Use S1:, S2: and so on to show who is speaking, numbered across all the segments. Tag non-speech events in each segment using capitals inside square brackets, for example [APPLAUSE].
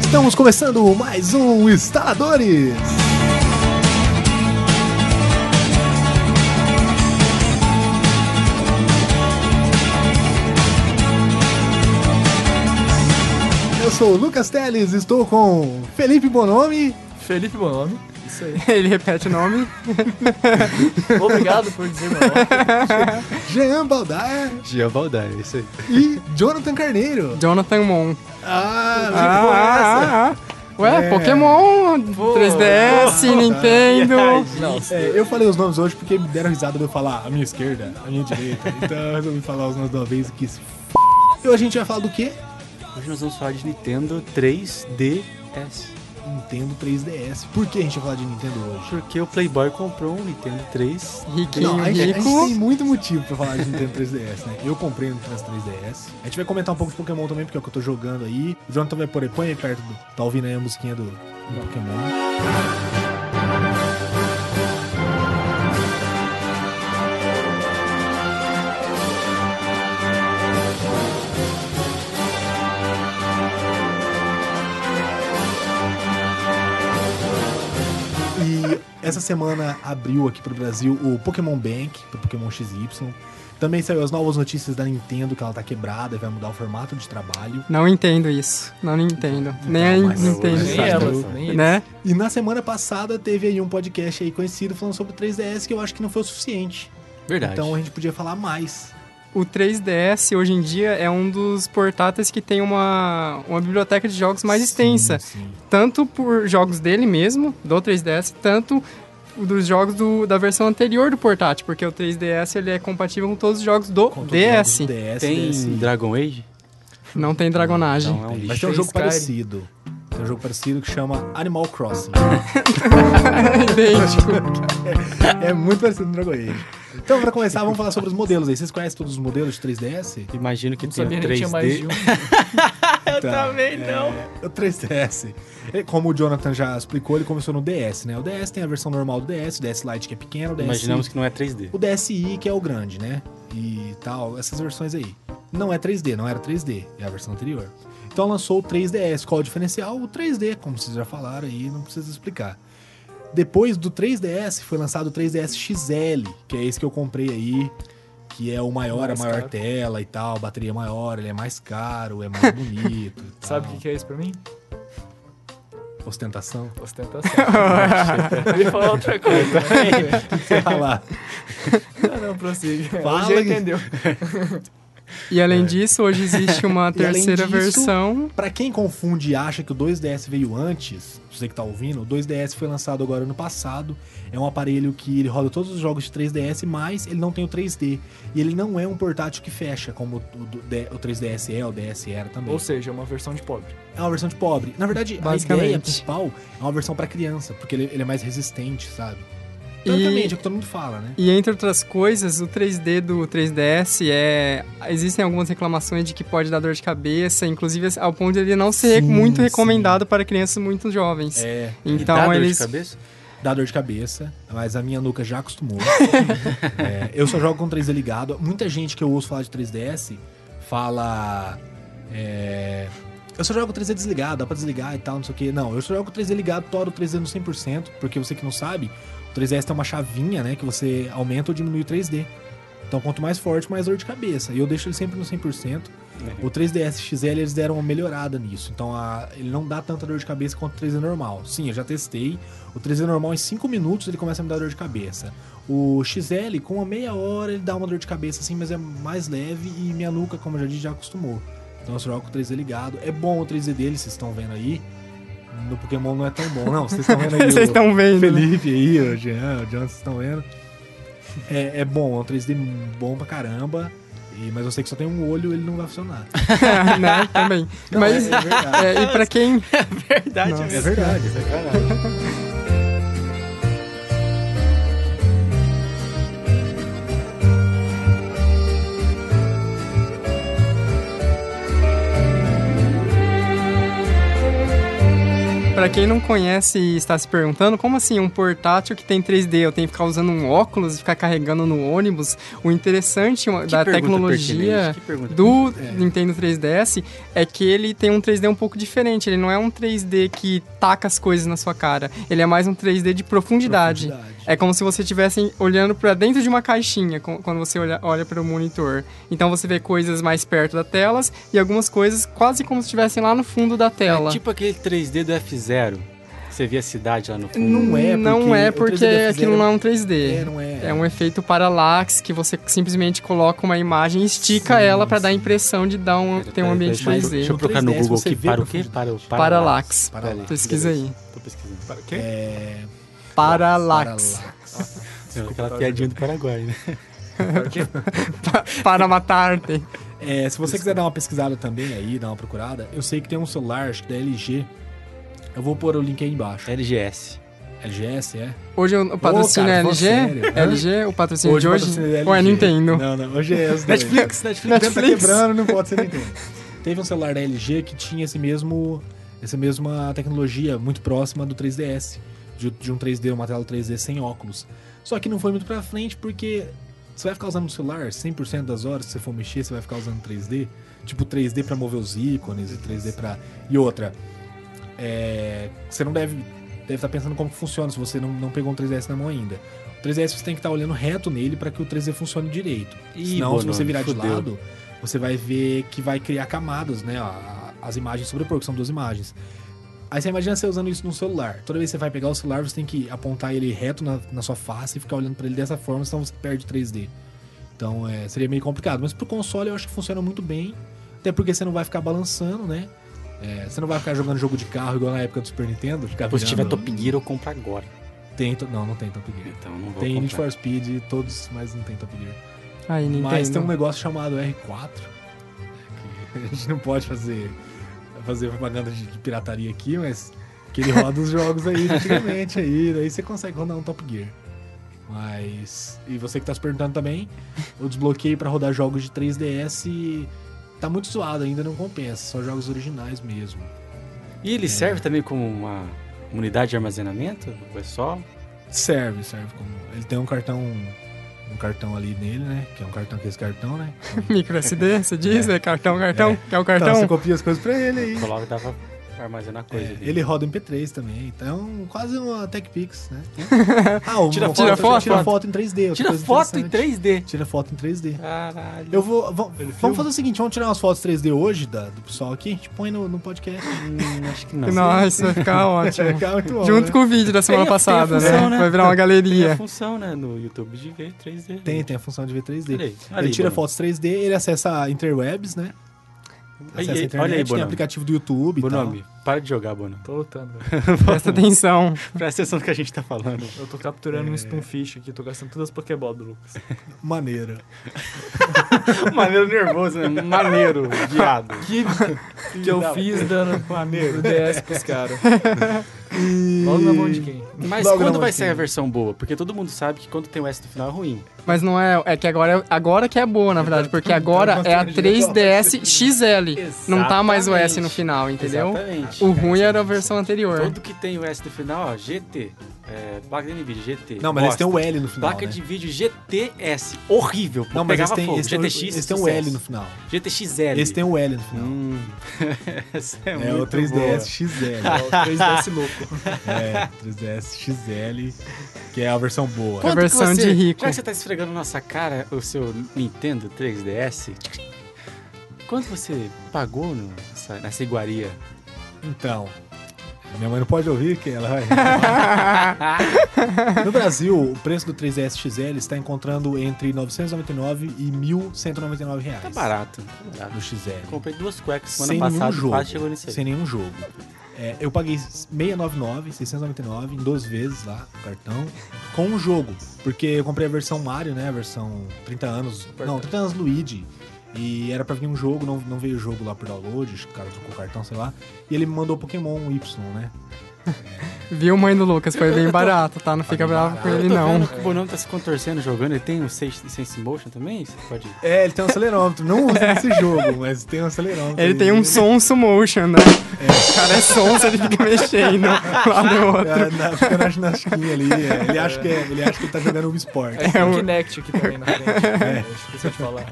S1: Estamos começando mais um Instaladores. Eu sou o Lucas Teles, estou com Felipe Bonomi.
S2: Felipe Bonome. Isso aí.
S3: [LAUGHS] Ele repete o nome.
S2: Obrigado por dizer meu nome.
S1: Jean Baldaia
S4: Gia Valdai, é isso aí.
S1: e Jonathan Carneiro.
S3: Jonathan Mon.
S1: Ah,
S3: Ah, ah, ah. Ué,
S1: É.
S3: Pokémon, 3DS, Nintendo.
S2: Nossa.
S1: é, eu falei os nomes hoje porque me deram risada de eu falar a minha esquerda, a minha direita. Então eu resolvi falar os nomes de uma vez e que se f... E hoje a gente vai falar do quê?
S4: Hoje nós vamos falar de Nintendo 3DS.
S1: Nintendo 3DS. Por que a gente vai falar de Nintendo hoje?
S4: Porque o Playboy comprou um Nintendo 3.
S3: Riquinho,
S1: a gente, a gente tem
S3: rico.
S1: muito motivo pra falar de Nintendo 3DS, né? Eu comprei o Nintendo 3DS. A gente vai comentar um pouco de Pokémon também, porque é o que eu tô jogando aí. O Jonathan vai pôr aí, põe aí perto do. Tá ouvindo aí a musiquinha do, do Pokémon. E essa semana abriu aqui pro Brasil o Pokémon Bank, do Pokémon XY. Também saiu as novas notícias da Nintendo, que ela tá quebrada e vai mudar o formato de trabalho.
S3: Não entendo isso. Não tá entendo. Nem a
S1: mas
S3: Nintendo.
S2: Nem
S4: Sabe,
S2: elas,
S4: né?
S2: nem
S3: Né?
S1: E na semana passada teve aí um podcast aí conhecido falando sobre 3DS que eu acho que não foi o suficiente.
S4: Verdade.
S1: Então a gente podia falar mais.
S3: O 3DS hoje em dia é um dos portáteis que tem uma, uma biblioteca de jogos mais extensa.
S1: Sim, sim.
S3: Tanto por jogos dele mesmo, do 3DS, tanto dos jogos do- da versão anterior do portátil, porque o 3DS ele é compatível com todos os jogos do
S1: Com todos os
S3: DS.
S1: jogos DS,
S4: tem
S1: DS.
S4: Dragon Age?
S3: Não tem Dragonage.
S4: Então é um
S1: Mas
S4: lixo.
S1: tem um
S2: Tem
S1: jogo
S2: Skyrim.
S1: parecido. Tem um jogo parecido que chama Animal Crossing.
S3: [LAUGHS] É idêntico.
S1: é muito parecido com Dragon Age. Então, pra começar, vamos falar sobre os modelos aí. Vocês conhecem todos os modelos de 3DS?
S4: Imagino que
S2: Não
S4: tem
S2: sabia
S4: o
S2: nem que tinha mais de
S4: 3D.
S2: um.
S1: [LAUGHS] Eu É.
S2: também não.
S1: Então, O 3DS. Ele- É, Como o Jonathan já explicou, ele começou no DS, né? O DS tem a versão normal do DS, o DS Lite que é pequeno, o DS
S4: Imaginamos que não é 3D.
S1: o DSi, que é o grande, né? E tal, essas versões aí. Não é 3D, não era 3D, é a versão anterior. Então lançou o 3DS, qual o diferencial? O 3D, como vocês já falaram aí, não precisa explicar. Depois do 3DS foi lançado o 3DS XL, que é esse que eu comprei aí, que é o maior,
S2: Mais
S1: a maior
S2: caro.
S1: tela e tal, bateria maior, ele é mais caro, é mais bonito. e tal.
S2: [LAUGHS] Sabe o que é? que é isso pra mim? [LAUGHS]
S1: Ostentação.
S2: Ostentação. Eu ia falar outra coisa.
S1: Sei lá.
S2: Não, não, prossiga.
S1: Fala
S2: Hoje eu
S1: que-
S2: entendeu.
S3: E além disso, hoje existe uma
S1: É. [LAUGHS] E além
S3: terceira
S1: disso-
S3: versão.
S1: Pra quem confunde e acha que o 2DS veio antes, você que tá ouvindo, o 2DS foi lançado agora no passado. É um aparelho que ele roda todos os jogos de 3DS, mas ele não tem o 3D. E ele não é um portátil que fecha, como o, do- de- o 3DS é, o DS era também.
S2: Ou seja, uma versão de pobre.
S1: É uma versão de pobre. Na verdade, a
S3: Basicamente.
S1: ideia principal é uma versão pra criança, porque ele, ele é mais resistente, sabe?
S3: E-
S1: Teoricamente, é o que todo mundo fala, né?
S3: E entre outras coisas, o 3D do 3DS é. Existem algumas reclamações de que pode dar dor de cabeça, inclusive ao ponto de ele não ser
S1: Sim,
S3: muito
S1: sim.
S3: recomendado para crianças muito jovens.
S1: É,
S4: E dá
S3: Então
S4: dor
S3: eles.
S4: de
S3: [LAUGHS]
S4: cabeça?
S1: dá dor de cabeça, mas a minha nuca já acostumou. É, eu só jogo com 3D ligado. Muita gente que eu ouço falar de 3DS fala. é, eu só jogo 3D desligado, dá pra desligar e tal, não sei o que. Não, eu só jogo 3D ligado, toro 3D no 100%, porque você que não sabe, o 3DS tem uma chavinha, né, que você aumenta ou diminui o 3D. Então, quanto mais forte, mais dor de cabeça. E eu deixo ele sempre no 100%.
S2: É
S1: O 3DS XL, eles deram uma melhorada nisso. Então, a- ele não dá tanta dor de cabeça quanto o 3D normal. Sim, eu já testei. O 3D normal, em 5 minutos, ele começa a me dar dor de cabeça. O XL, com uma meia hora, ele dá uma dor de cabeça, assim, mas é mais leve. E minha nuca, como eu já disse, já acostumou. Então, eu só jogo com o 3D ligado. É bom o 3D dele, vocês estão vendo aí. No Pokémon não é tão bom, não. Vocês estão vendo
S3: [LAUGHS]
S1: aí
S3: Vocês
S1: o-
S3: estão vendo. né? [LAUGHS]
S1: Felipe aí, o Jean, o John, vocês estão vendo. É, é bom, é um 3D bom pra caramba. e- mas eu sei que só tem um olho, ele não vai funcionar.
S3: né? Também.
S1: Não,
S3: Mas.
S1: é, é verdade.
S3: é, e pra quem.
S4: Verdade
S1: Não, é verdade.
S4: Sacanagem.
S3: Pra quem não conhece e está se perguntando, como assim um portátil que tem 3D? Eu tenho que ficar usando um óculos e ficar carregando no ônibus? O interessante uma-
S4: Que
S3: da
S4: pergunta
S3: tecnologia
S4: pertinente, É. que pergunta
S3: do Nintendo 3DS é que ele tem um 3D um pouco diferente. Ele não é um 3D que taca as coisas na sua cara. Ele é mais um 3D de profundidade.
S1: Profundidade.
S3: É como se você estivesse olhando pra dentro de uma caixinha co- quando você olha, olha para o monitor. Então você vê coisas mais perto da tela e algumas coisas quase como se estivessem lá no fundo da tela.
S4: É tipo aquele 3D do F0. Você via a cidade lá no fundo.
S1: Não é,
S3: Não
S1: porque
S3: é
S1: o
S3: porque
S1: 3D
S3: aquilo não é um 3D.
S1: É, não é.
S3: É um efeito parallax que você simplesmente coloca uma imagem e estica ela pra dar a impressão de dar
S4: Tá,
S3: um, ter um ambiente
S4: Deixa eu-
S3: 3D.
S4: Deixa eu
S1: No
S4: procurar no
S1: 3DS
S4: Google
S1: você
S4: aqui.
S1: vê
S4: Para o
S1: pra
S4: quê?
S1: frente.
S4: Para o
S3: Parallax.
S1: Parallax.
S3: Pesquisa aí.
S4: Tô pesquisando.
S2: Para quê?
S1: É...
S3: Parallax.
S1: Parallax.
S4: É aquela piadinha do Paraguai, né?
S2: Para quê?
S3: Para matar-te.
S1: É, se você quiser dar uma pesquisada também aí, dar uma procurada, eu sei que tem um celular, acho que da LG. Eu vou pôr o link aí
S3: É.
S1: embaixo.
S4: LGS.
S1: LGS, é?
S3: Hoje o patrocínio
S1: cara,
S3: é
S1: fala
S3: LG?
S1: sério, hã?
S3: LG? O patrocínio de
S1: o
S3: hoje?
S1: patrocínio
S3: Ou é
S1: LG.
S3: Nintendo?
S1: Não, não, hoje é os dois.
S4: Netflix, Netflix.
S1: Nintendo tá
S3: Netflix.
S1: quebrando, não pode ser Nintendo. [LAUGHS] Teve um celular da LG que tinha esse mesmo, essa mesma tecnologia muito próxima do 3DS. De, de um 3D, uma tela 3D sem óculos. Só que não foi muito pra frente porque você vai ficar usando o celular 100% das horas, se você for mexer, você vai ficar usando 3D. Tipo 3D pra mover os ícones e 3D pra... E outra, é, você não deve deve estar pensando como que funciona se você não, não pegou um 3DS na mão ainda. O 3DS você tem que estar olhando reto nele pra que o 3D funcione direito.
S4: Ih,
S1: Senão, se você
S4: Bononi,
S1: virar de
S4: fudeu.
S1: lado, você vai ver que vai criar camadas, né? A- a- As imagens sobrepor, que são duas imagens. Aí você imagina você usando isso num celular. Toda vez que você vai pegar o celular, você tem que apontar ele reto na, na sua face e ficar olhando pra ele dessa forma, senão você perde 3D. Então é, seria meio complicado. Mas pro console eu acho que funciona muito bem. Até porque você não vai ficar balançando, né? É, você não vai ficar jogando jogo de carro igual na época do Super Nintendo. Ficar
S4: Pô, se tiver
S1: virando-
S4: Top Gear, eu compro agora.
S1: Tem to- Não, não tem Top Gear.
S4: Então, não vou
S1: Tem Need
S4: comprar.
S1: for Speed, todos, mas não tem Top Gear.
S3: Aí, Nintendo.
S1: Mas tem um negócio chamado R4. que a gente não pode fazer, fazer propaganda de, de pirataria aqui, mas que ele roda os jogos aí antigamente aí, daí você consegue rodar um Top Gear. Mas. E você que tá se perguntando também, o desbloqueio pra rodar jogos de 3DS tá muito zoado, ainda não compensa, só jogos originais mesmo.
S4: E ele serve também como uma uma unidade de armazenamento? Ou é só?
S1: Serve, serve como. Ele tem um cartão. Um cartão ali nele, né? Que é um cartão que é esse cartão, né?
S3: [LAUGHS] Micro SD, você diz? É, cartão, cartão?
S1: É.
S3: Quer o
S1: Então,
S3: cartão?
S1: você copia as coisas pra ele aí.
S4: Coloca, dá pra armazenar coisa.
S1: É,
S4: ali.
S1: ele roda MP3 também, então quase uma TechPix, né? ah, uma
S4: Tira
S3: foto,
S1: tira
S4: tira
S1: foto em 3D. outra
S4: Tira
S1: coisa
S4: foto em É.
S1: interessante.
S4: 3D.
S1: Tira foto em 3D.
S4: Caralho.
S1: Eu vou. va- vamos
S2: filma?
S1: fazer o seguinte, vamos tirar umas fotos 3D hoje da- do pessoal aqui, a gente põe no, no podcast.
S4: Hum, acho que não.
S3: Nossa, vai ficar ótimo.
S1: Vai [LAUGHS] ficar muito bom,
S3: Junto
S1: né?
S3: com o vídeo da semana
S4: Tem a- tem a
S3: passada,
S4: função,
S3: né?
S4: né?
S3: Vai virar uma
S4: Tem a
S3: galeria.
S4: função, né, no YouTube de ver 3D.
S1: é. Tem, tem a função de ver 3D.
S4: Olha aí, olha
S1: ele
S4: aí,
S1: tira
S4: Bono.
S1: fotos 3D, ele acessa a interwebs, né?
S4: Aí,
S1: Acessa a
S4: aí,
S1: internet,
S4: olha aí,
S1: tem
S4: Bonami.
S1: aplicativo do YouTube e
S4: Bonami, para de jogar, Bonami.
S2: Tô lutando, velho.
S3: Presta atenção.
S4: Presta atenção no que a gente tá falando. [LAUGHS]
S2: Eu tô capturando um Spoonfish aqui, tô gastando todas as Pokéball do Lucas.
S1: tal. Maneiro.
S4: Maneiro nervoso, né? Maneiro, viado.
S1: [LAUGHS]
S2: Que, [LAUGHS] que eu fiz dando maneiro DS pros caras. Logo na mão de quem?
S4: Mas
S1: Logo na
S4: quando vai
S1: mãozinha.
S4: sair a versão boa? Porque todo mundo sabe que quando tem o S no final é ruim.
S3: Mas não é. É que agora, agora que é boa, na verdade. Porque agora é a 3DS XL. Não tá mais o S no final, entendeu?
S4: Exatamente.
S3: O ruim é era a versão anterior.
S4: Todo que tem o S no final, ó, GT. É, placa de NVIDIA, GT.
S1: Não, mas eles têm
S4: Bosta.
S1: o L no final.
S4: Placa
S1: né?
S4: de vídeo GTS. Horrível. Pô,
S1: Não, mas eles
S4: pegava
S1: têm,
S4: fogo.
S1: eles têm, um-
S4: GTX.
S1: eles têm o
S4: sucesso.
S1: L no final.
S4: GTXL.
S1: Eles têm o L no final.
S4: Hum. [LAUGHS] Essa é,
S1: É,
S4: muito
S1: o 3DS
S4: boa. [LAUGHS]
S1: XL.
S2: É o 3DS louco.
S1: É, 3DS XL, que é a versão boa.
S3: Pô,
S4: Quanto que
S3: versão
S4: você-
S3: de rico.
S4: Já que você tá esfregando na nossa cara o seu Nintendo 3DS, quanto você pagou no- nessa, nessa iguaria?
S1: Então, minha mãe não pode ouvir que ela vai.
S4: [LAUGHS]
S1: no Brasil, o preço do 3DS XL está encontrando entre 999 e 1.199 reais.
S4: Tá barato. tá barato.
S1: Do XL.
S4: Comprei duas cuecas semana
S1: Sem nenhum
S4: passada
S1: jogo.
S4: quase chegou nisso aí.
S1: Sem nenhum jogo. É, eu paguei 699, 699 em 12 vezes lá, o cartão, com o jogo. Porque eu comprei a versão Mario, né? A versão 30 anos. Não, 30 anos Luigi. E era pra vir um jogo, não, não veio o jogo lá por download, acho que o cara trocou o cartão, sei lá. E ele me mandou Pokémon Y, né?
S3: Viu, mãe do Lucas? Foi bem barato, tá? Não fica
S1: bem
S3: bravo com
S1: barato.
S3: ele,
S4: Tô
S3: não.
S4: vendo que o Bonão tá se contorcendo jogando, ele tem um sense, sense motion também? Você pode.
S1: É, ele tem um acelerômetro. Não usa
S4: [LAUGHS]
S1: nesse jogo, mas tem um acelerômetro.
S3: Ele tem um sonso motion, né? O cara é sonso, ele fica mexendo lá no outro.
S1: Na, na, fica na ginastiquinha ali. é. Ele, acha que é- ele acha que ele tá jogando um esporte.
S4: É
S2: Aí tem
S3: o-
S2: um Kinect aqui também na frente. É. Esqueci de falar.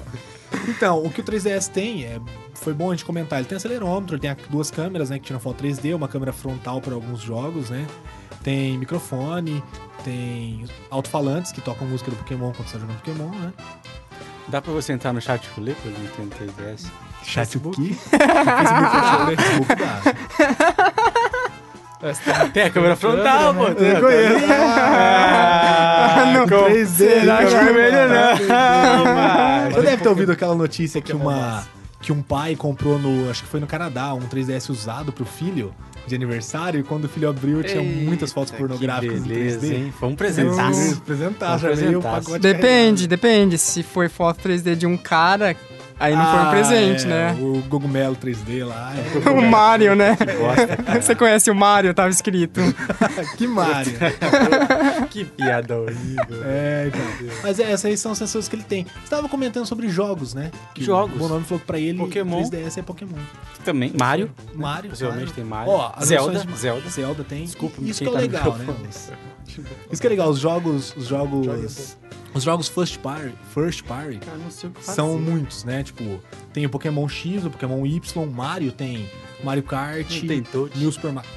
S1: Então, o que o 3DS tem, é, foi bom a gente comentar, ele tem acelerômetro, ele tem a- duas câmeras, né, que tiram foto 3D, uma câmera frontal para alguns jogos, né? Tem microfone, tem alto-falantes que tocam música do Pokémon quando você tá jogando Pokémon, né?
S4: Dá pra você entrar no chat rolê pelo Nintendo 3DS?
S1: Chat o quê? [LAUGHS] Facebook, Facebook dá.
S2: Essa tá-
S4: Tem a É câmera frontal,
S2: né?
S4: pô.
S1: né? Eu não conheço.
S4: Ah,
S3: Não,
S4: com-
S1: 3D,
S4: Não
S1: acho
S4: é
S1: que-
S4: vermelho, não.
S1: Você
S4: mas-
S1: deve ter ouvido aquela notícia que
S2: Pokémon
S1: uma
S2: Massa.
S1: que um pai comprou no, acho que foi no Canadá, um 3DS usado pro filho de aniversário e quando o filho abriu tinha muitas fotos
S4: Eita,
S1: pornográficas
S4: que
S1: em
S4: beleza,
S1: 3D.
S4: hein? Foi um
S1: Presentaço.
S4: presentaço.
S1: Presentaço,
S4: Foi
S1: já veio o
S4: presentaço.
S1: pacote
S3: Depende, depende. Se foi foto 3D de um cara, aí não foi um
S1: Ah,
S3: presente,
S1: é,
S3: né?
S1: O Gogumelo 3D lá.
S4: [LAUGHS]
S1: é.
S3: O Mario, né?
S4: bosta,
S3: Você conhece o Mario, tava escrito.
S1: que Mario.
S4: Que piada horrível.
S1: É, então. Mas é, essas aí são as sensações que ele tem. Você tava comentando sobre jogos, né? Que
S4: Jogos.
S1: O Bonome falou que pra ele
S4: Pokémon.
S1: 3DS é Pokémon.
S4: Também. Mario.
S1: Mario.
S4: Né? Possivelmente tem Mario.
S1: Ó, as
S4: Zelda.
S1: versões de-
S4: Zelda.
S1: Zelda tem.
S4: Desculpa,
S1: Isso
S4: quem
S1: que é
S4: tá no
S1: legal, né?
S4: microfone. um
S1: Mas- Isso que é legal, os jogos. Os jogos. Os jogos first party, first party
S4: Cara, não sei o que fazer.
S1: são muitos, né? Tipo, tem o Pokémon X, o Pokémon Y, o Mario tem Mario Kart,
S4: Não tem touch.
S1: New Super Mario.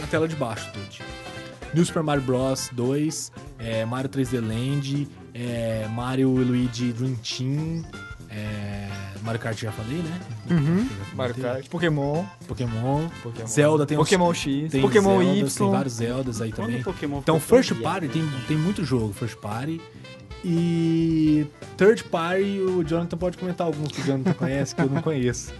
S1: Na tela de baixo, touch. New Super Mario Bros 2, é, Mario 3D Land, é, Mario e Luigi Dream Team, é, Mario Kart já falei, né?
S3: Uhum.
S2: Mario Kart, Pokémon,
S1: Pokémon.
S2: Pokémon.
S1: Zelda tem uns-
S2: Pokémon X,
S1: tem
S2: Pokémon
S1: Zeldas,
S2: Y.
S1: Tem vários Zeldas aí
S4: Quando
S1: também.
S4: o Pokémon
S1: Então,
S4: foi
S1: First
S4: tão
S1: Party tem,
S4: viado,
S3: é.
S1: tem muito jogo, First Party. E Third Party, o Jonathan pode comentar alguns que o Jonathan conhece, que eu
S3: [LAUGHS]
S1: não conheço.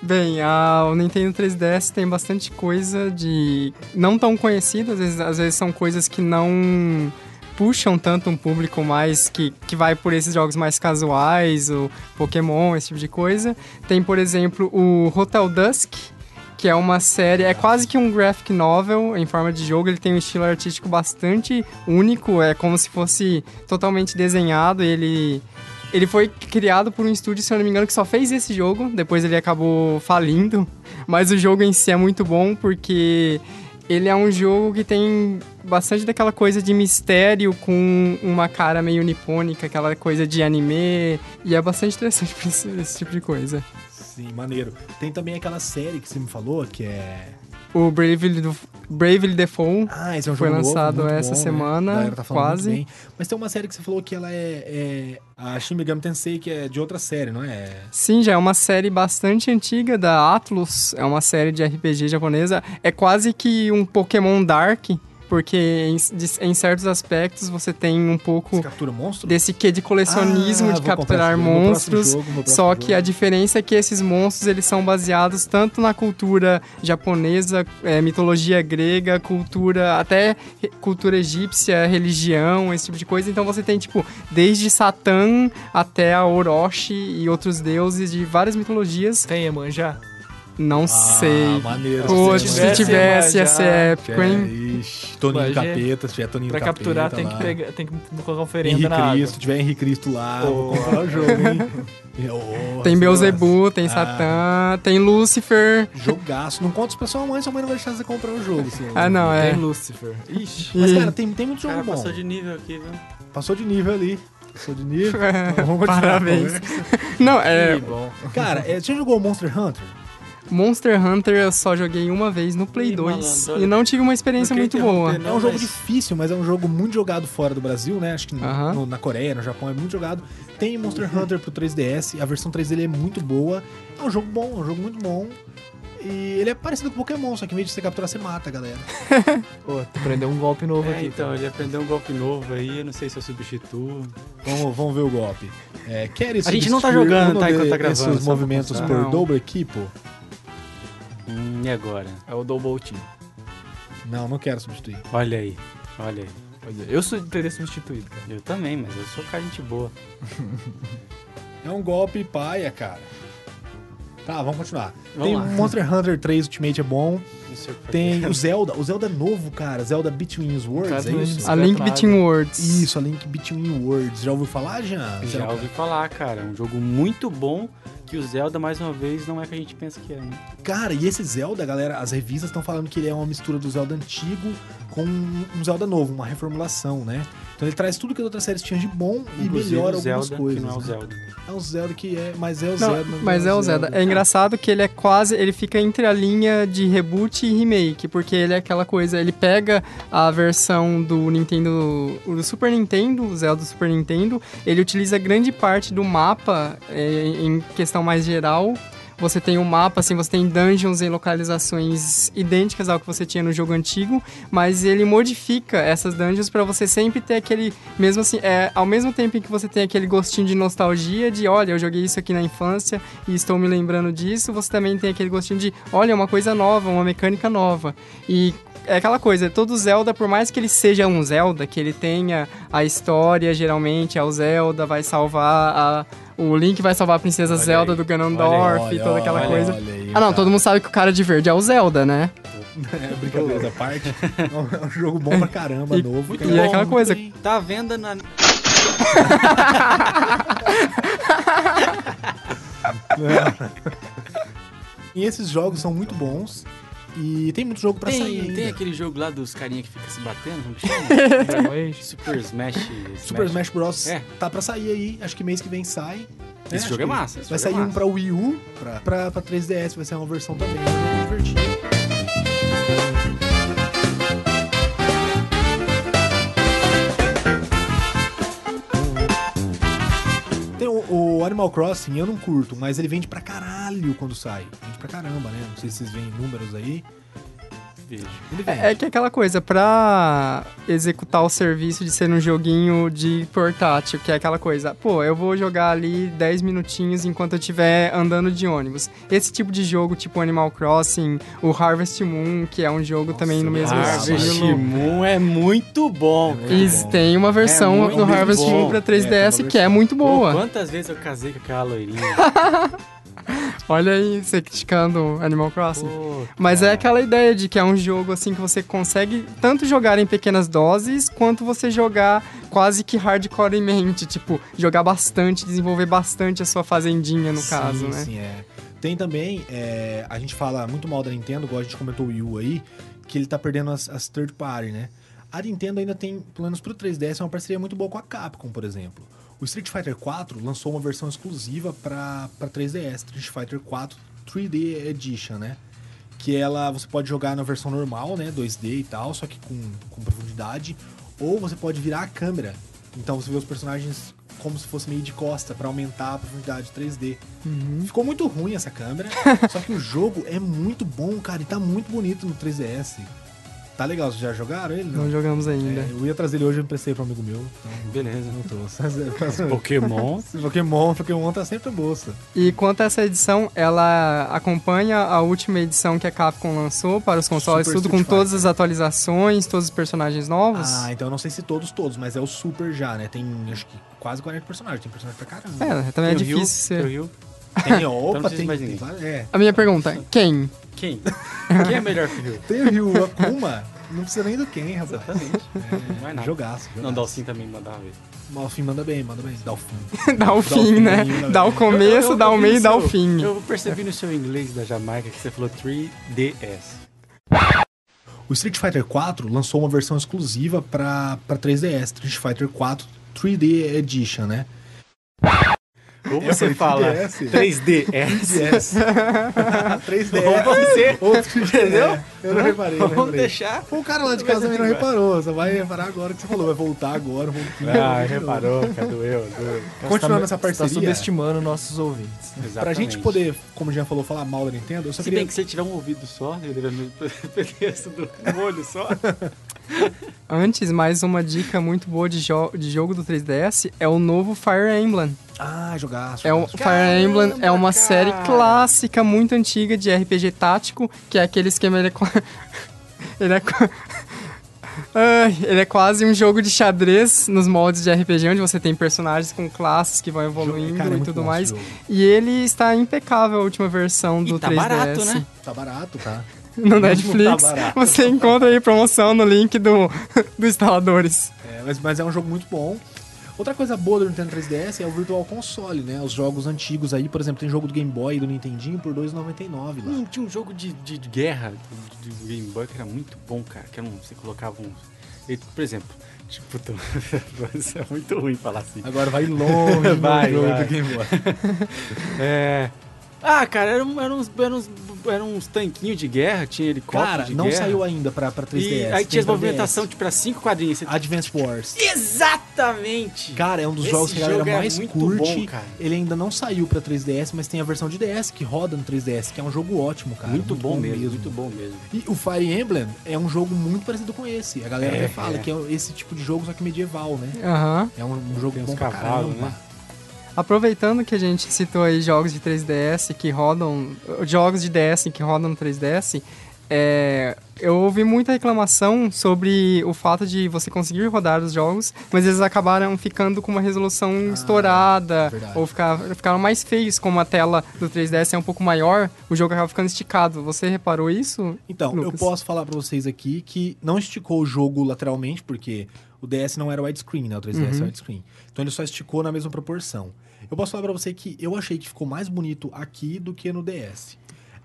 S3: Bem, a, o Nintendo 3DS tem bastante coisa de. não tão conhecida, às vezes, às vezes são coisas que não puxam tanto um público mais que, que vai por esses jogos mais casuais, o Pokémon, esse tipo de coisa. Tem, por exemplo, o Hotel Dusk, que é uma série, é quase que um graphic novel em forma de jogo, ele tem um estilo artístico bastante único, é como se fosse totalmente desenhado, ele ele foi criado por um estúdio, se eu não me engano, que só fez esse jogo, depois ele acabou falindo, [LAUGHS] mas o jogo em si é muito bom porque ele é um jogo que tem bastante daquela coisa de mistério com uma cara meio nipônica, aquela coisa de anime, e é bastante interessante [LAUGHS] pra esse, esse tipo de coisa.
S1: Sim, maneiro. Tem também aquela série que você me falou, que é.
S3: O Bravely, do, Bravely Default
S1: Ah, esse é um
S3: foi
S1: jogo novo,
S3: lançado
S1: muito
S3: essa
S1: bom, né?
S3: semana,
S1: A galera tá falando
S3: quase.
S1: muito bem. Mas tem uma série que você falou que ela é, é a Shin Megami Tensei, que é de outra série, não é?
S3: Sim, já é uma série bastante antiga da Atlus, é uma série de RPG japonesa. É quase que um Pokémon Dark, porque em, de- em certos aspectos você tem um
S1: Você
S3: pouco
S1: captura monstro?
S3: desse quê de colecionismo
S1: Ah,
S3: de
S1: vou comprar esse
S3: capturar
S1: jogo no próximo
S3: monstros.
S1: jogo, no próximo
S3: Só que
S1: jogo.
S3: a diferença é que esses monstros eles são baseados tanto na cultura japonesa, eh, mitologia grega, cultura até re- cultura egípcia, religião, esse tipo de coisa. Então você tem tipo desde Satã até a Orochi e outros deuses de várias mitologias.
S2: Tem Emanjá?
S3: Não
S1: Ah,
S3: sei.
S1: maneiro.
S3: Pô,
S2: se
S3: se
S2: tivesse,
S3: tivesse ia
S2: mas
S3: ser
S2: já-
S3: épico,
S1: É,
S3: hein?
S1: ixi, Toninho
S2: Mas,
S1: Capeta, se tiver Toninho
S2: Pra
S1: Capeta.
S2: capturar tem
S1: lá.
S2: que, pegar, tem que colocar oferenda
S1: Henrique
S2: na
S1: Cristo, tiver Henrique Cristo lá, vou
S2: Boa.
S1: comprar o jogo,
S2: [LAUGHS]
S1: hein? É, Ô,
S3: Tem
S1: esse
S3: Beuzebu, tem
S1: Ah.
S3: Satã, tem Lúcifer.
S1: negócio. Jogaço. Não conta isso pra sua mãe, sua mãe não vai deixar você comprar o jogo. assim.
S3: Ah, não,
S2: água.
S3: é.
S2: Tem Lucifer. Ixi.
S1: Mas,
S3: E-
S1: cara, tem, tem muito
S4: O
S1: jogo
S4: cara
S1: bom.
S4: passou de nível aqui, viu?
S1: Passou de nível ali. Passou de
S3: [LAUGHS]
S1: nível. Então, vamos continuar a
S3: Parabéns.
S1: conversa.
S3: Não, é.
S2: Que bom.
S1: Cara, é, você já jogou Monster Hunter?
S3: Monster Hunter eu só joguei uma vez no Play
S4: Ih,
S3: 2
S4: malandro, olha.
S3: e não tive uma experiência
S4: Não
S3: muito
S4: queria
S3: boa.
S4: interromper,
S1: é
S4: Não,
S1: um jogo
S4: mas-
S1: difícil, mas é um jogo muito jogado fora do Brasil, né? Acho que no-
S3: Aham.
S1: no- na Coreia, no Japão é muito jogado. Tem Monster Hunter pro 3DS, a versão 3 dele é muito boa. É um jogo bom, é um jogo muito bom. E ele é parecido com Pokémon, só que em vez de você capturar, você mata, a galera.
S2: Pô, tu aprendeu um golpe novo
S4: É,
S2: aqui.
S4: então, ele aprendeu um golpe novo aí, eu não sei se eu substituo.
S1: Vamos, vamos ver o golpe. É, quer isso
S4: A gente não tá jogando, tá, enquanto tá gravando, só
S1: Esses
S4: pra
S1: movimentos
S4: constar.
S1: por
S3: Não.
S1: double equipo?
S4: Hum, e agora?
S2: É o Double Team.
S1: Não, não quero substituir.
S4: Olha aí, olha aí.
S2: Pois é, Eu sou teria substituído, [LAUGHS] cara.
S4: Eu também, mas eu sou cara de gente boa.
S1: É um golpe paia, cara. Tá, vamos continuar.
S4: Vamos
S1: Tem
S4: lá.
S1: Monster Hunter 3 Ultimate é bom.
S4: não sei o que
S1: Tem o Zelda, o Zelda é novo, cara, Zelda Between Worlds,
S2: Cara,
S1: é
S2: não
S1: isso? Ah,
S2: sei.
S3: A Link
S2: Descartável.
S3: Between Worlds.
S1: Isso, a Link Between Worlds. Já ouviu falar, Jean?
S4: fazer.
S1: Será
S4: Já
S1: que-
S4: ouvi falar, cara. É um jogo muito bom que o Zelda, mais uma vez, não é o que a gente pensa que é, né?
S1: Cara, e esse Zelda, galera, as revistas estão falando que ele é uma mistura do Zelda antigo com um Zelda novo, uma reformulação, né? Então ele traz tudo que as outras séries tinham de bom e
S4: Inclusive
S1: melhora
S4: o
S1: algumas
S4: Zelda,
S1: coisas.
S4: que não é o
S1: né?
S4: Zelda.
S1: É um Zelda que é, mas é o
S3: Não,
S1: Zelda.
S3: mas é o Zelda. É engraçado que ele é quase. Ele fica entre a linha de reboot e remake, porque ele é aquela coisa. Ele pega a versão do Nintendo. do Super Nintendo, o Zelda do Super Nintendo. Ele utiliza grande parte do mapa é, em questão mais geral. Você tem um mapa, assim, você tem dungeons em localizações idênticas ao que você tinha no jogo antigo, mas ele modifica essas dungeons pra você sempre ter aquele mesmo assim, é, ao mesmo tempo em que você tem aquele gostinho de nostalgia, de olha, eu joguei isso aqui na infância e estou me lembrando disso, você também tem aquele gostinho de olha, é uma coisa nova, uma mecânica nova. E é aquela coisa, todo Zelda, por mais que ele seja um Zelda, que ele tenha a história, geralmente, é o Zelda, vai salvar a. O Link vai salvar a princesa
S4: Olha
S3: Zelda
S4: aí.
S3: do Ganondorf e toda aquela coisa. Ah não, todo mundo sabe que o cara de verde é o Zelda, né?
S1: tá. É brincadeira da parte. É um- É um jogo bom pra caramba,
S3: E-
S1: novo.
S4: Então,
S3: e é aquela coisa.
S4: Tá à venda na...
S1: E esses jogos são muito bons. E tem muito jogo pra sair
S4: Tem,
S1: ainda.
S4: tem aquele jogo lá dos carinha que fica se batendo, como que chama?
S1: [LAUGHS]
S2: Dragon Age.
S4: Super Smash...
S1: Super Smash Bros.
S4: É.
S1: tá pra sair aí. Acho que mês que vem sai. né?
S4: Esse
S1: Acho
S4: jogo é
S1: que
S4: massa. esse
S1: Vai
S4: jogo é
S1: sair um
S4: massa.
S1: pra Wii U, pra, pra, pra 3DS, vai ser uma versão também. Vai ser muito divertido. Tem o, o Animal Crossing, eu não curto, mas ele vende pra caralho quando sai. Vende pra caramba, né? Não sei se vocês veem números aí.
S4: Vejo.
S1: Ele vende.
S3: É que é aquela coisa, pra executar o serviço de ser um joguinho de portátil, que é aquela coisa, pô, eu vou jogar ali 10 minutinhos enquanto eu estiver andando de ônibus. Esse tipo de jogo, tipo Animal Crossing, o Harvest Moon, que é um jogo também no mesmo
S1: Harvest
S3: estilo.
S4: Moon Ah, é muito bom,
S1: É
S3: E
S1: muito bom.
S3: tem uma versão
S4: É muito
S3: do Harvest
S4: bom. tá
S3: Moon pra 3DS
S1: É, tem uma
S3: que é
S1: versão.
S3: muito
S4: Pô,
S3: boa.
S4: quantas vezes eu casei com aquela loirinha?
S1: [LAUGHS]
S3: Olha aí, você criticando Animal Crossing.
S4: Pô,
S3: Mas é
S4: cara.
S3: aquela ideia de que é um jogo assim que você consegue tanto jogar em pequenas doses quanto você jogar quase que hardcoremente, tipo, jogar bastante, desenvolver bastante a sua fazendinha no
S1: Sim,
S3: caso, né?
S1: Sim, é. Tem também, é, a gente fala muito mal da Nintendo, igual a gente comentou o Wii U aí, que ele tá perdendo as, as third party, né? A Nintendo ainda tem planos pro 3DS, é uma parceria muito boa com a Capcom, por exemplo. O Street Fighter 4 lançou uma versão exclusiva pra pra 3DS, Street Fighter 4 3D Edition, né? Que ela você pode jogar na versão normal, né? 2D e tal, só que com, com profundidade. Ou você pode virar a câmera. Então você vê os personagens como se fosse meio de costa, pra aumentar a profundidade 3D. Ficou muito ruim essa câmera, só que o jogo é muito bom, cara, e tá muito bonito no 3DS. Tá legal, vocês já jogaram ele?
S3: Não jogamos ainda.
S1: É, eu ia trazer ele hoje, eu emprestei pra um amigo meu,
S4: Beleza.
S1: não trouxe. Mas- mas-
S4: Pokémon.
S1: Pokémon, Pokémon tá sempre na bolsa.
S3: E quanto a essa edição, ela acompanha a última edição que a Capcom lançou para os consoles,
S1: Super
S3: tudo com
S1: Street
S3: todas as atualizações, todos os personagens novos.
S1: Ah, então eu não sei se todos, todos, mas é o Super já, né? Tem, acho que, quase 40 personagens, tem personagem pra caramba.
S3: É, também é
S4: Tem o Ryu,
S3: difícil ser.
S4: tem o Ryu.
S1: Tem,
S4: Então não
S1: opa,
S4: precisa
S1: tem,
S4: mais
S1: tem
S4: ninguém.
S1: vários- é.
S3: A minha pergunta, quem? [LAUGHS]
S4: Quem? Quem é melhor que o Ryu?
S1: Tem o Ryu, Akuma, não precisa nem do Ken, rapaz.
S4: Exatamente.
S1: É,
S4: Não [LAUGHS] é nada.
S1: Jogaço,
S4: Não,
S1: jogaço.
S4: Dalsin também mandava ver.
S1: Malfin manda bem, manda bem. Dalfin.
S3: dá o fim, né?
S1: né?
S3: Dá o começo, dá o meio e dá o fim.
S4: Eu percebi no seu inglês da Jamaica que você falou 3DS.
S1: O Street Fighter 4 lançou uma versão exclusiva pra pra 3DS, Street Fighter 4 3D Edition, né?
S4: Ou você fala
S1: 3DS.
S4: [LAUGHS] 3DS.
S1: [LAUGHS] 3DS.
S4: Ou [LAUGHS] você.
S1: Entendeu?
S4: é.
S1: Eu não reparei, eu não
S4: Vamos
S1: reparei.
S4: deixar.
S1: O cara lá de casa também não reparou, só vai reparar agora que você falou, vai voltar agora um pouquinho.
S4: Ah, [LAUGHS]
S1: de novo.
S4: reparou, cara, doeu, doeu.
S1: Continuando
S2: Você
S1: essa
S2: tá-
S1: parceria.
S2: Você tá subestimando nossos ouvintes.
S4: Exatamente.
S1: Pra gente poder, como já falou, falar mal da Nintendo, eu só
S4: Se
S1: queria...
S4: bem que você tiver um ouvido só, ele deve [LAUGHS] perder isso do olho só.
S3: Antes, mais uma dica muito boa de, jo- de jogo do 3DS é o novo Fire Emblem.
S1: Ah, jogaço.
S3: É o
S1: jogaço.
S3: Fire Emblem é
S4: cara!
S3: uma série clássica, muito antiga de RPG tático, que é aquele esquema ele é, qua- [LAUGHS] ele é qua- [LAUGHS] Ai, ele é quase um jogo de xadrez nos moldes de RPG, onde você tem personagens com classes que vão evoluindo
S1: Cara, é
S3: e
S1: muito
S3: tudo
S1: bom
S3: mais.
S1: esse jogo.
S3: E ele está impecável a última versão do
S4: E tá
S3: 3DS.
S4: barato, né?
S1: Tá barato, tá?
S3: [LAUGHS] no Netflix,
S1: barato.
S3: você encontra aí promoção no link do, [LAUGHS] do Instaladores.
S1: É, mas, mas é um jogo muito bom. Outra coisa boa do Nintendo 3DS é o Virtual Console, né? Os jogos antigos aí, por exemplo, tem jogo do Game Boy e do Nintendinho por R$2,99 lá.
S4: Hum, tinha um jogo de, de, de guerra do- de, do Game Boy que era muito bom, cara. Que era um, você colocava uns. ele- por exemplo, tipo, [LAUGHS] puta, isso é muito ruim falar assim.
S1: Agora vai longe no
S4: [LAUGHS] Vai,
S1: jogo
S4: vai.
S1: do Game Boy.
S4: É. Ah, cara, eram era uns, era uns, era uns tanquinhos de guerra, tinha helicóptero.
S1: Cara,
S4: de
S1: não
S4: guerra.
S1: saiu ainda pra, pra 3DS.
S4: E aí
S1: tem
S4: tinha as
S1: pra
S4: movimentação,
S1: DS.
S4: tipo, era cinco quadrinhos. Você...
S1: Advance Wars.
S4: Exatamente!
S1: Ah. Cara, é um dos
S4: Esse
S1: jogos que a galera
S4: jogo é
S1: mais
S4: muito
S1: curte.
S4: bom, cara.
S1: Ele ainda não saiu pra 3DS, mas tem a versão de DS que roda no 3DS, que é um jogo ótimo, cara.
S4: muito, bom, mesmo, muito bom mesmo.
S1: E o Fire Emblem é um jogo muito parecido com esse. A galera
S4: É,
S1: até fala
S4: é.
S1: que é esse tipo de jogo, só que medieval, né?
S3: Aham.
S1: É um, um jogo
S4: Tem uns
S1: bom pra
S4: cavalos,
S1: caramba.
S4: né?
S3: Aproveitando que a gente citou aí jogos de 3DS que rodam. Jogos de DS que rodam no 3DS, é, eu ouvi muita reclamação sobre o fato de você conseguir rodar os jogos, mas eles acabaram ficando com uma resolução estourada,
S1: verdade.
S3: ou ficar- ficaram mais feios, como a tela do 3DS é um pouco maior, o jogo acaba ficando esticado. Você reparou isso?
S1: Então, eu
S3: Lucas.
S1: posso falar pra vocês aqui que não esticou o jogo lateralmente, porque o DS não era widescreen, né? O 3DS era widescreen. Então ele só esticou na mesma proporção. Eu posso falar pra você que eu achei que ficou mais bonito aqui do que no DS.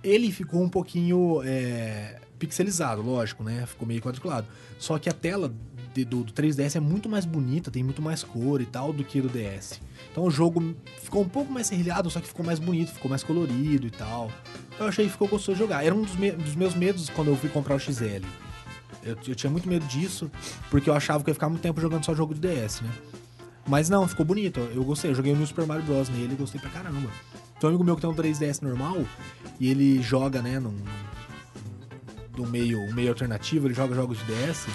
S1: Ele ficou um pouquinho é, pixelizado, lógico, né? Ficou meio quadriculado. Só que a tela de- do, do 3DS é muito mais bonita, tem muito mais cor e tal do que do DS. Então o jogo ficou um pouco mais serrilhado, só que ficou mais bonito, ficou mais colorido e tal. Então, Eu achei que ficou gostoso de jogar. Era um dos, me- dos meus medos quando eu fui comprar o XL. Eu, eu tinha muito medo disso, porque eu achava que eu ia ficar muito tempo jogando só jogo de DS, né? Mas não, ficou bonito. Eu gostei. Eu joguei o New Super Mario Bros. nele e gostei pra caramba. Tem um amigo meu que tem um 3DS normal e ele joga, né, num. do meio, um meio alternativo, ele joga jogos de
S3: [LAUGHS]
S1: DS.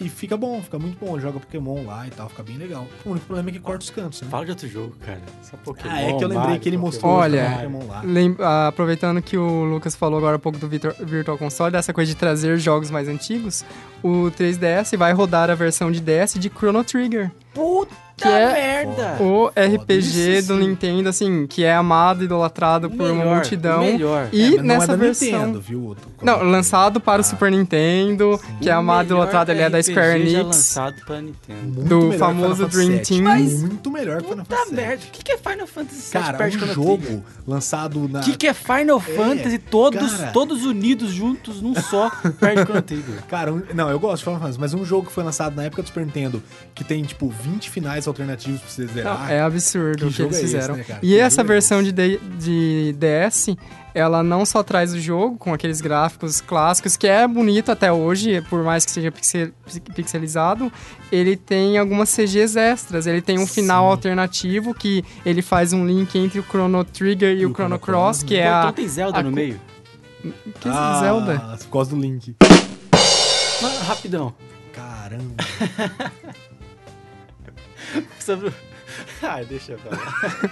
S1: e fica bom, fica muito bom. Ele joga Pokémon lá e tal, fica bem legal. O único problema é que corta os cantos, né?
S4: Fala de outro jogo, cara. Só Pokémon,
S1: Ah, é que eu lembrei
S4: Mario,
S1: que ele
S4: Pokémon.
S1: mostrou
S3: Olha,
S1: Pokémon lá.
S3: Lem- ah, aproveitando que o Lucas falou agora há pouco do Vitor- Virtual Console, dessa coisa de trazer jogos mais antigos, o 3DS vai rodar a versão de DS de Chrono Trigger,
S4: Puta
S3: que é
S4: merda!
S3: o
S1: isso
S3: RPG do
S1: sim.
S3: Nintendo, assim, que é amado e idolatrado por
S1: um
S3: uma multidão.
S4: Melhor.
S1: É, mas
S3: E
S1: não é
S3: nessa
S1: da
S3: versão.
S1: Nintendo, viu? o-
S3: Não, lançado para o
S1: Ah,
S3: Super Nintendo, que é amado e idolatrado, ele é da Square
S4: Já
S3: Enix.
S4: lançado pra Nintendo.
S1: muito
S3: do
S1: melhor que
S3: famoso
S1: Final
S3: Dream
S1: Fantasy VII.
S3: Team. Mas-
S1: Muito melhor que Final
S4: Puta
S1: Fantasy VII.
S4: merda, o que, que é Final Fantasy VII
S1: Cara, um
S4: perto de Chrono Trigger?
S1: jogo lançado na...
S4: O que, que é Final Fantasy todos,
S1: cara.
S4: todos unidos juntos num só
S1: [LAUGHS]
S4: perto de Chrono Trigger?
S1: Cara, um- não, eu gosto de Final Fantasy, mas um jogo que foi lançado na época do Super Nintendo, que tem, tipo, 20 finais alternativos pra você
S3: Não,
S1: zerar.
S3: é absurdo
S1: Tá. que
S3: o que
S1: jogo
S3: eles
S1: é esse,
S3: fizeram.
S1: né, cara?
S3: e
S1: Que
S3: essa
S1: jogo é
S3: versão de, D- de DS, ela não só traz o jogo com aqueles gráficos clássicos, que é bonito até hoje, por mais que seja pixel- pixelizado, ele tem algumas CGs extras. Ele tem um final
S1: Sim.
S3: alternativo que ele faz um link entre o Chrono Trigger e, o Chrono Cross,
S1: né?
S3: que é
S4: Pô, então
S3: a.
S4: tem Zelda
S3: a
S4: no
S3: cu-
S4: meio.
S3: Que Zelda?
S1: Ah, por causa do Link.
S4: Mas, rapidão.
S1: Caramba.
S4: Sobre... Ah, deixa pra lá.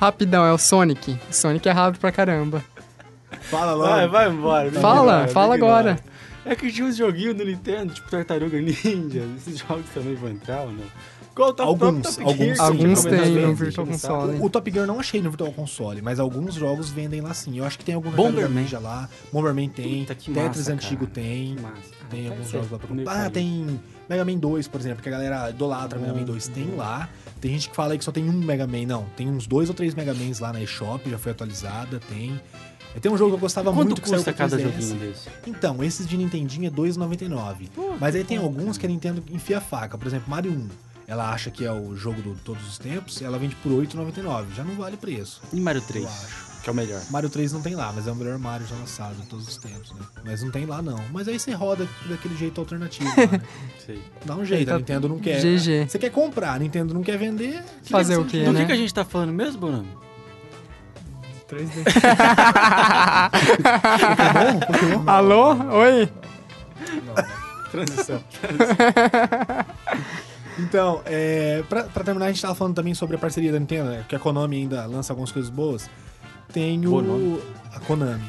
S3: Rapidão, é o Sonic. Sonic é rápido pra caramba.
S1: Fala logo.
S4: Vai, vai embora. me
S3: Fala,
S4: ignora, me
S3: fala
S4: ignora.
S3: agora.
S4: É que tinha uns joguinhos do Nintendo, tipo Tartaruga Ninja. [LAUGHS] Esses jogos também vão entrar ou não? Qual tá
S1: Alguns, alguns sim.
S3: Alguns
S1: Recomendo
S3: tem
S1: bem,
S3: no
S1: gente,
S3: Virtual
S4: não sabe.
S3: Console.
S1: O Top Gear eu não achei no Virtual Console, mas alguns jogos vendem lá sim. Eu acho que tem algum
S4: Bomberman.
S1: Tartaruga Ninja lá. Bomberman tem,
S4: Puta, que
S1: Tetris
S4: massa,
S1: antigo
S4: cara.
S1: tem.
S4: Mas, ah,
S1: Tem
S4: tá
S1: alguns
S4: certo,
S1: jogos lá pra
S4: meio
S1: comprar. Ah,
S4: caminho.
S1: tem Mega Man 2, por exemplo, que a galera idolatra Mega Man 2. Tem lá. Tem gente que fala aí que só tem um Mega Man. Não, tem uns dois ou três Mega Mans lá na eShop, já foi atualizada, tem. E Tem um jogo que eu gostava
S4: Quanto
S1: muito que saiu
S4: custa
S1: pra
S4: cada
S1: 3DS.
S4: joguinho desse?
S1: Então, esses de Nintendinho é 2,99. Mas aí tem alguns que a Nintendo enfia a faca. Por exemplo, Mario 1. Ela acha que é o jogo de todos os tempos, ela vende por 8,99. Já não vale preço.
S4: E Mario 3,
S1: Eu acho.
S4: que é o melhor.
S1: Mario 3 não tem lá, mas é o melhor Mario já lançado de todos os tempos, né? Mas não tem lá não. Mas aí você roda daquele jeito alternativo lá, né?
S4: Não sei.
S1: Dá um jeito,
S3: Eita,
S1: a Nintendo não quer.
S3: GG.
S1: Você quer comprar, a Nintendo não quer vender.
S3: Fazer o quê,
S4: Do que,
S3: né?
S4: que a gente tá falando
S1: [LAUGHS]
S4: mesmo, Bruno?
S2: [LAUGHS] 3D.
S1: Pokémon? Pokémon?
S3: Alô? Oi?
S4: Transição.
S1: Então, é, pra, pra terminar, a gente tava falando também sobre a parceria da Nintendo, né? Que a Konami ainda lança algumas coisas boas. Tem o.
S4: Boa nome.
S1: A Konami.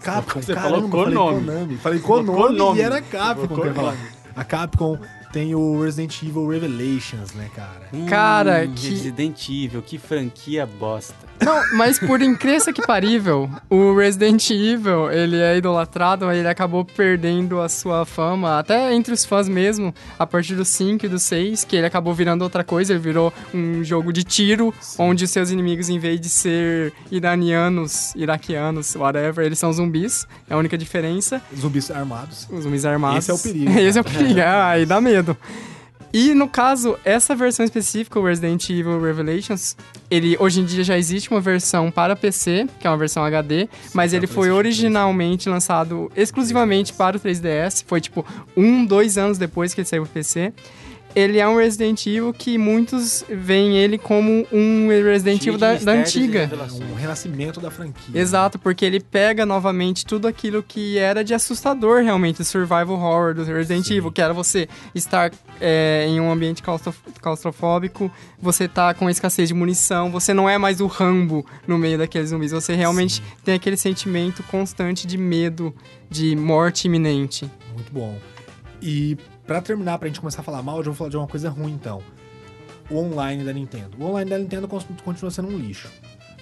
S1: Capcom,
S4: Você
S1: caramba,
S4: falou
S1: falei
S4: Konami.
S1: Konami. Falei
S4: Falou
S1: Konami
S4: Konami.
S1: e era Capcom.
S4: Falou
S1: que eu ia falar.
S4: Konami.
S1: A Capcom tem o Resident Evil Revelations, né, cara?
S3: Cara, que-
S4: Hum, Resident Evil, que franquia bosta.
S3: Não, mas por incrível que parível, o Resident Evil, ele é idolatrado, ele acabou perdendo a sua fama, até entre os fãs mesmo, a partir do 5 e do 6, que ele acabou virando outra coisa, ele virou um jogo de tiro, onde os seus inimigos, em vez de ser iranianos, iraquianos, whatever, eles são zumbis, é a única diferença.
S1: Zumbis armados.
S3: Os zumbis armados.
S1: Esse é o perigo.
S3: [LAUGHS] Esse é o
S4: né? [LAUGHS]
S3: perigo. Ah, aí dá medo. E no caso, essa versão específica, o Resident Evil Revelations, ele hoje em dia já existe uma versão para PC, que é uma versão HD, mas
S4: é pra
S3: ele foi
S4: PlayStation
S3: originalmente lançado exclusivamente para o 3DS, foi tipo um, dois anos depois que ele saiu para PC. Ele é um Resident Evil que muitos veem ele como um Resident
S4: Cheio
S3: Evil
S4: de
S3: da, da
S4: mistérios e
S3: antiga.
S1: É um
S4: revelações.
S1: renascimento da franquia.
S3: Exato, porque ele pega novamente tudo aquilo que era de assustador realmente, o survival horror do Resident Evil, que era você estar é, em um ambiente claustrof- claustrofóbico, você tá com escassez de munição, você não é mais o Rambo no meio daqueles zumbis, você realmente tem aquele sentimento constante de medo, de morte iminente.
S1: Muito bom. E pra terminar, pra gente começar a falar mal, eu já vou falar de uma coisa ruim então. O online da Nintendo. O online da Nintendo cons- continua sendo um lixo.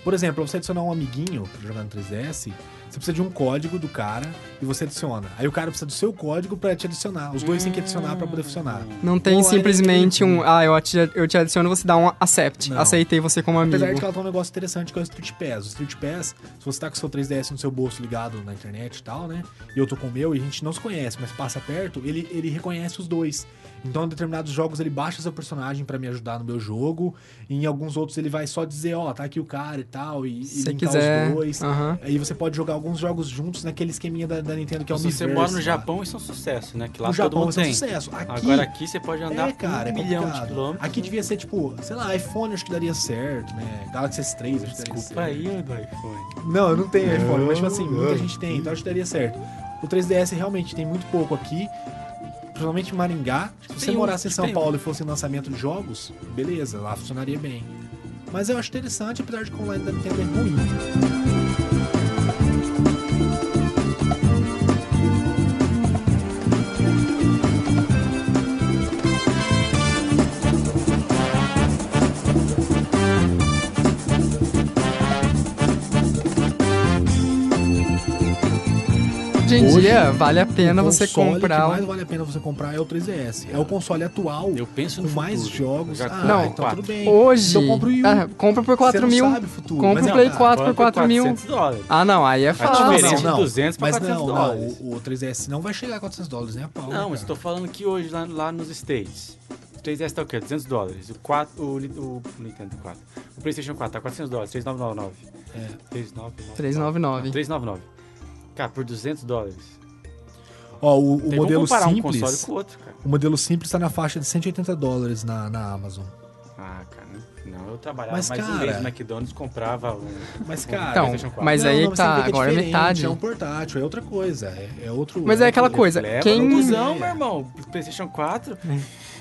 S1: Por exemplo, pra você adicionar um amiguinho pra jogar no 3DS, você precisa de um código do cara e você adiciona. Aí o cara precisa do seu código pra te adicionar. Os dois têm que adicionar pra poder funcionar.
S3: Não tem
S1: Online é
S3: simplesmente um, ah, eu te, eu te adiciono, você dá um accept,
S1: Não.
S3: aceitei você como amigo.
S1: Apesar de que ela tem um negócio interessante que é o Street Pass. O Street Pass, se você tá com o seu 3DS no seu bolso ligado na internet e tal, né? E eu tô com o meu e a gente não se conhece, mas passa perto, ele, ele reconhece os dois. Então, em determinados jogos, ele baixa seu personagem pra me ajudar no meu jogo. E em alguns outros, ele vai só dizer, ó, tá aqui o cara e tal, e, e
S3: se
S1: linkar
S3: quiser.
S1: tá os dois.
S3: aham.
S1: Aí você pode jogar alguns jogos juntos naquele esqueminha da, da Nintendo que é o
S4: Se você
S1: Miiverse
S4: mora no
S1: lá.
S4: Japão, isso é um sucesso, né? Que lá
S1: no
S4: todo
S1: Japão
S4: mundo
S1: isso é um
S4: tem.
S1: sucesso. Aqui,
S4: Agora aqui você pode andar
S1: é, cara, é
S4: um milhão de
S1: complicado.
S4: quilômetros.
S1: Aqui devia ser tipo, sei lá, iPhone acho que daria certo, né? Galaxy S3 acho que daria certo.
S4: Desculpa aí, ó, do iPhone.
S1: Não, eu não tenho iPhone, mas tipo assim, muita gente tem, então acho que daria certo. O 3DS realmente tem muito pouco aqui, principalmente em Maringá. Se você
S4: Tem um,
S1: morasse em
S4: acho que
S1: São
S4: tem
S1: Paulo e fosse em lançamento de jogos, beleza, lá funcionaria bem. Mas eu acho interessante, apesar de que o online da Nintendo é ruim.
S3: Hoje em
S1: Hoje,
S3: dia, vale a pena
S1: o
S3: você
S1: console
S3: comprar
S1: que
S3: um
S1: mais vale a pena você comprar é o 3DS. É o console atual
S4: Eu penso
S1: com
S4: no
S1: mais
S4: futuro.
S1: jogos.
S4: Já
S1: Ah,
S4: comprei
S1: não,
S3: Não,
S1: então
S4: quatro.
S1: tudo bem.
S3: Hoje.
S1: Então compra o Wii U.
S3: Ah, compra por 4
S1: Você
S3: mil.
S1: não sabe o futuro.
S3: Compra
S1: mas
S3: o Play
S1: ah,
S3: 4 por 4 mil.
S4: 400 dólares.
S3: Ah, não, aí é fácil.
S4: diferença
S1: não, não.
S4: de 200 pra
S1: Mas
S4: 400
S1: não, não,
S4: dólares.
S1: o, o 3DS não vai chegar a 400 dólares, nem a pau. né,
S4: Não, mas
S1: cara?
S4: estou falando que hoje, lá, lá nos States, o 3DS tá o quê? 200 dólares. O 4, o, Ni- o Nintendo 4. O PlayStation 4 tá 400 dólares, 3999.
S1: É.
S4: 3999.
S3: 399.
S4: 399. Cara, por 200 dólares.
S1: Ó, o, o
S4: Tem como
S1: modelo
S4: comparar um
S1: simples.
S4: console com o outro, cara.
S1: O modelo simples tá na faixa de 180 dólares na, na Amazon.
S4: Ah, cara, não, eu trabalhava
S1: Mas,
S4: mais um
S1: cara-
S4: mês no McDonald's, comprava um...
S1: Mas,
S4: um
S1: cara,
S3: Então,
S4: PlayStation 4.
S3: mas
S1: Não,
S3: aí
S1: não, você vê
S3: tá,
S1: que
S3: agora é
S1: diferente,
S3: metade.
S1: É um portátil, é outra coisa. É, é outro.
S3: Mas é aquela
S1: outro-
S3: coisa,
S4: Leva
S3: quem-
S4: no busão, meu irmão. PlayStation 4,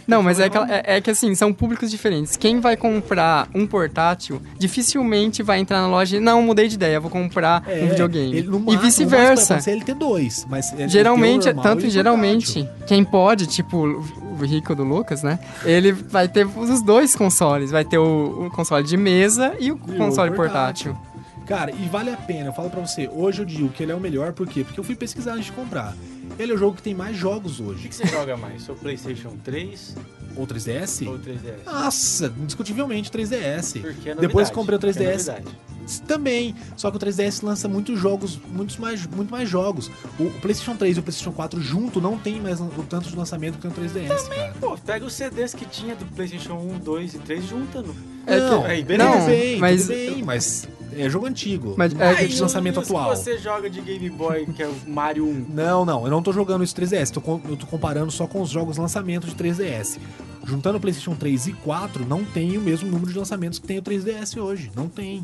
S3: Não, mas é, aquela- é- é que assim, são públicos diferentes. Quem vai comprar um portátil, dificilmente vai entrar na loja e, não, mudei de ideia, vou comprar
S1: É,
S3: um videogame.
S1: ele- no máximo- é
S3: e
S1: no máximo vai
S3: vice-versa.
S1: acontecer ele ter dois, mas é, ele tem o
S3: Geralmente,
S1: normal
S3: tanto
S1: e um o
S3: geralmente, quem pode, tipo o o rico do Lucas, né? Ele vai ter os dois consoles. Vai ter o, o console de mesa e o
S1: E o
S3: um console
S1: portátil.
S3: portátil.
S1: portátil. Cara, e vale a pena, eu falo pra você, hoje eu digo que ele é o melhor, por quê? Porque eu fui pesquisar antes de comprar. Ele é o jogo que tem mais jogos
S4: o que,
S1: hoje.
S4: que você joga mais? Seu PlayStation 3
S1: Ou 3DS?
S4: ou 3DS?
S1: Nossa, indiscutivelmente 3DS.
S4: Porque é
S1: Depois
S4: novidade,
S1: que comprei o 3DS.
S4: porque é novidade.
S1: também. Só que o 3DS lança muitos jogos, muitos mais, muito mais jogos. O o PlayStation 3 e o PlayStation 4 junto não tem mais lan- o tanto de lançamento que tem o 3DS, cara.
S4: Pô, pega os CDs que tinha do PlayStation 1, 2 e 3 junta no.
S3: É que-
S1: não,
S4: aí,
S1: tudo
S4: beleza.
S1: bem,
S3: mas-
S1: tudo bem, mas é jogo antigo.
S3: Mas
S1: não
S3: é
S1: é
S3: que-
S1: de lançamento
S4: os que
S1: atual.
S4: você joga de Game Boy, que é o Mario 1.
S1: Não, não, eu não tô jogando isso 3DS, tô com- eu tô comparando só com os jogos lançamento de 3DS. Juntando o PlayStation 3 e 4, não tem o mesmo número de lançamentos que tem o 3DS hoje. Não tem.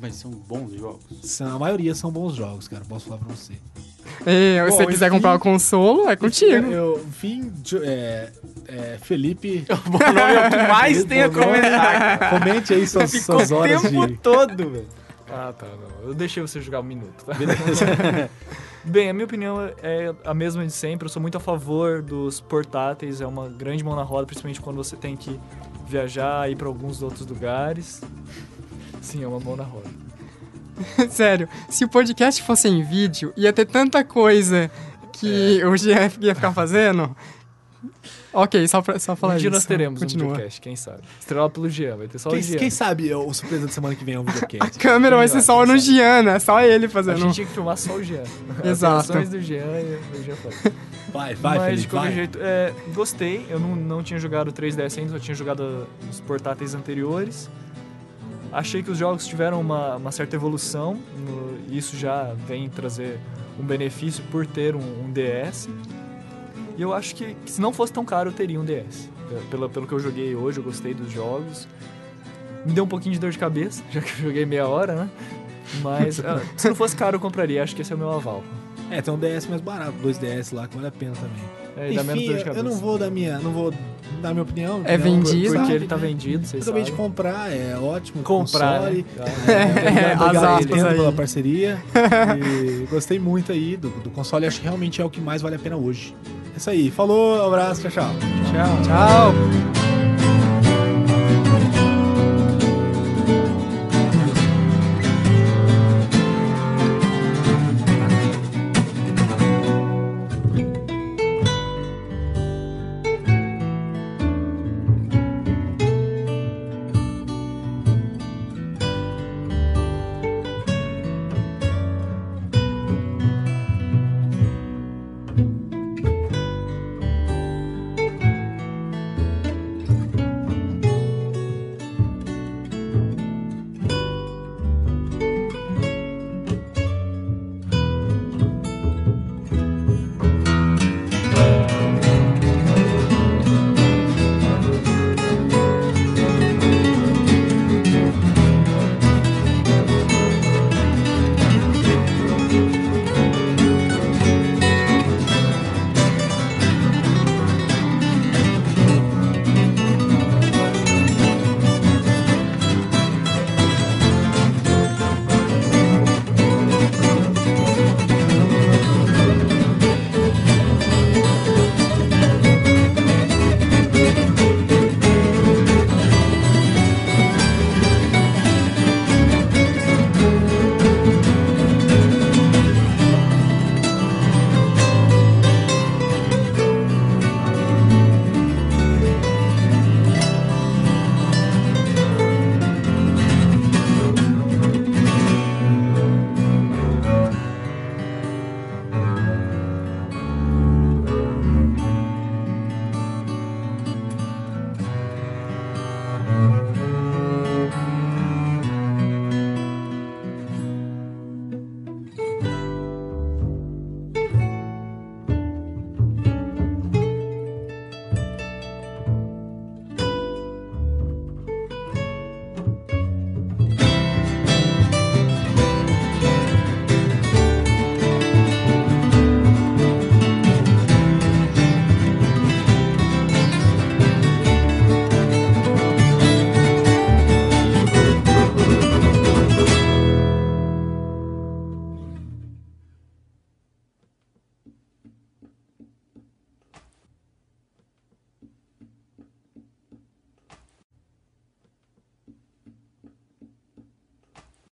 S4: Mas são bons jogos.
S1: São- A maioria são bons jogos, cara, posso falar pra você.
S3: E, É, se
S1: Bom,
S3: você quiser
S1: enfim.
S3: comprar o consolo, é
S1: Eu,
S3: [LAUGHS]
S4: né?
S3: contigo.
S1: eu vim. de- É, é, Felipe.
S4: Bom nome é [LAUGHS] o que mais tem a
S1: Bom nome.
S4: comentar. cara.
S1: Comente aí suas,
S4: Ficou
S1: suas
S4: o
S1: horas de.
S4: tempo todo, velho.
S2: Ah, tá, não. Eu deixei você jogar um minuto, tá? [LAUGHS] Bem, a minha opinião é a mesma de sempre. Eu sou muito a favor dos portáteis, é uma grande mão na roda, principalmente quando você tem que viajar, ir para alguns outros lugares. Sim, é uma mão na roda.
S3: Sério, se o podcast fosse em vídeo, ia ter tanta coisa que
S2: É.
S3: o GF ia ficar fazendo. Ok, só, pra, só falar
S2: um dia
S3: isso.
S2: nós teremos um
S3: Continua.
S2: podcast, quem sabe? Estrelado pelo Jean, vai ter só o
S1: Quem,
S2: Jean.
S1: quem sabe a surpresa de semana que vem é um
S3: A
S4: [LAUGHS]
S1: videocast.
S3: câmera vai
S2: Quem
S3: ser só
S2: sabe,
S3: no
S2: quem sabe?
S3: Giana, só ele
S2: A
S3: fazendo.
S2: gente tinha que filmar só o Jean.
S3: Exato.
S2: As versões do Jean e o Jean faz.
S1: Vai, vai,
S2: Mas de
S1: Felipe,
S2: qualquer
S1: vai.
S2: jeito, é, gostei. Eu não, não tinha jogado o 3DS ainda, só tinha jogado os portáteis anteriores. Achei que os jogos tiveram uma, uma certa evolução. no- e isso já vem trazer um benefício por ter um, um DS. E eu acho que, que se não fosse tão caro, eu teria um DS. É, Pelo, pelo que eu joguei hoje, eu gostei dos jogos. Me deu um pouquinho de dor de cabeça, [LAUGHS] já que eu joguei meia hora, né?
S1: [LAUGHS]
S2: Mas ah, se não fosse caro, eu compraria. Acho que esse é o meu aval.
S1: É, tem um DS mais barato, dois DS lá, que vale a pena também.
S2: É, dá menos
S1: Enfim,
S2: dor de cabeça.
S1: eu não vou dar minha, não vou dar minha opinião.
S3: É
S1: não,
S3: vendido.
S2: Porque
S1: sabe,
S2: ele tá
S1: né?
S2: vendido, vocês
S1: Acabei de
S2: sabem.
S1: comprar, é ótimo.
S2: Comprar,
S1: console.
S2: né? [LAUGHS]
S1: É,
S3: as
S1: obrigado
S3: aspas
S1: Nintendo,
S3: aí.
S1: pela parceria. E gostei muito aí do, do console. Acho que realmente é o que mais vale a pena hoje. É isso aí. Falou, abraço, tchau, tchau.
S2: Tchau.
S3: Tchau.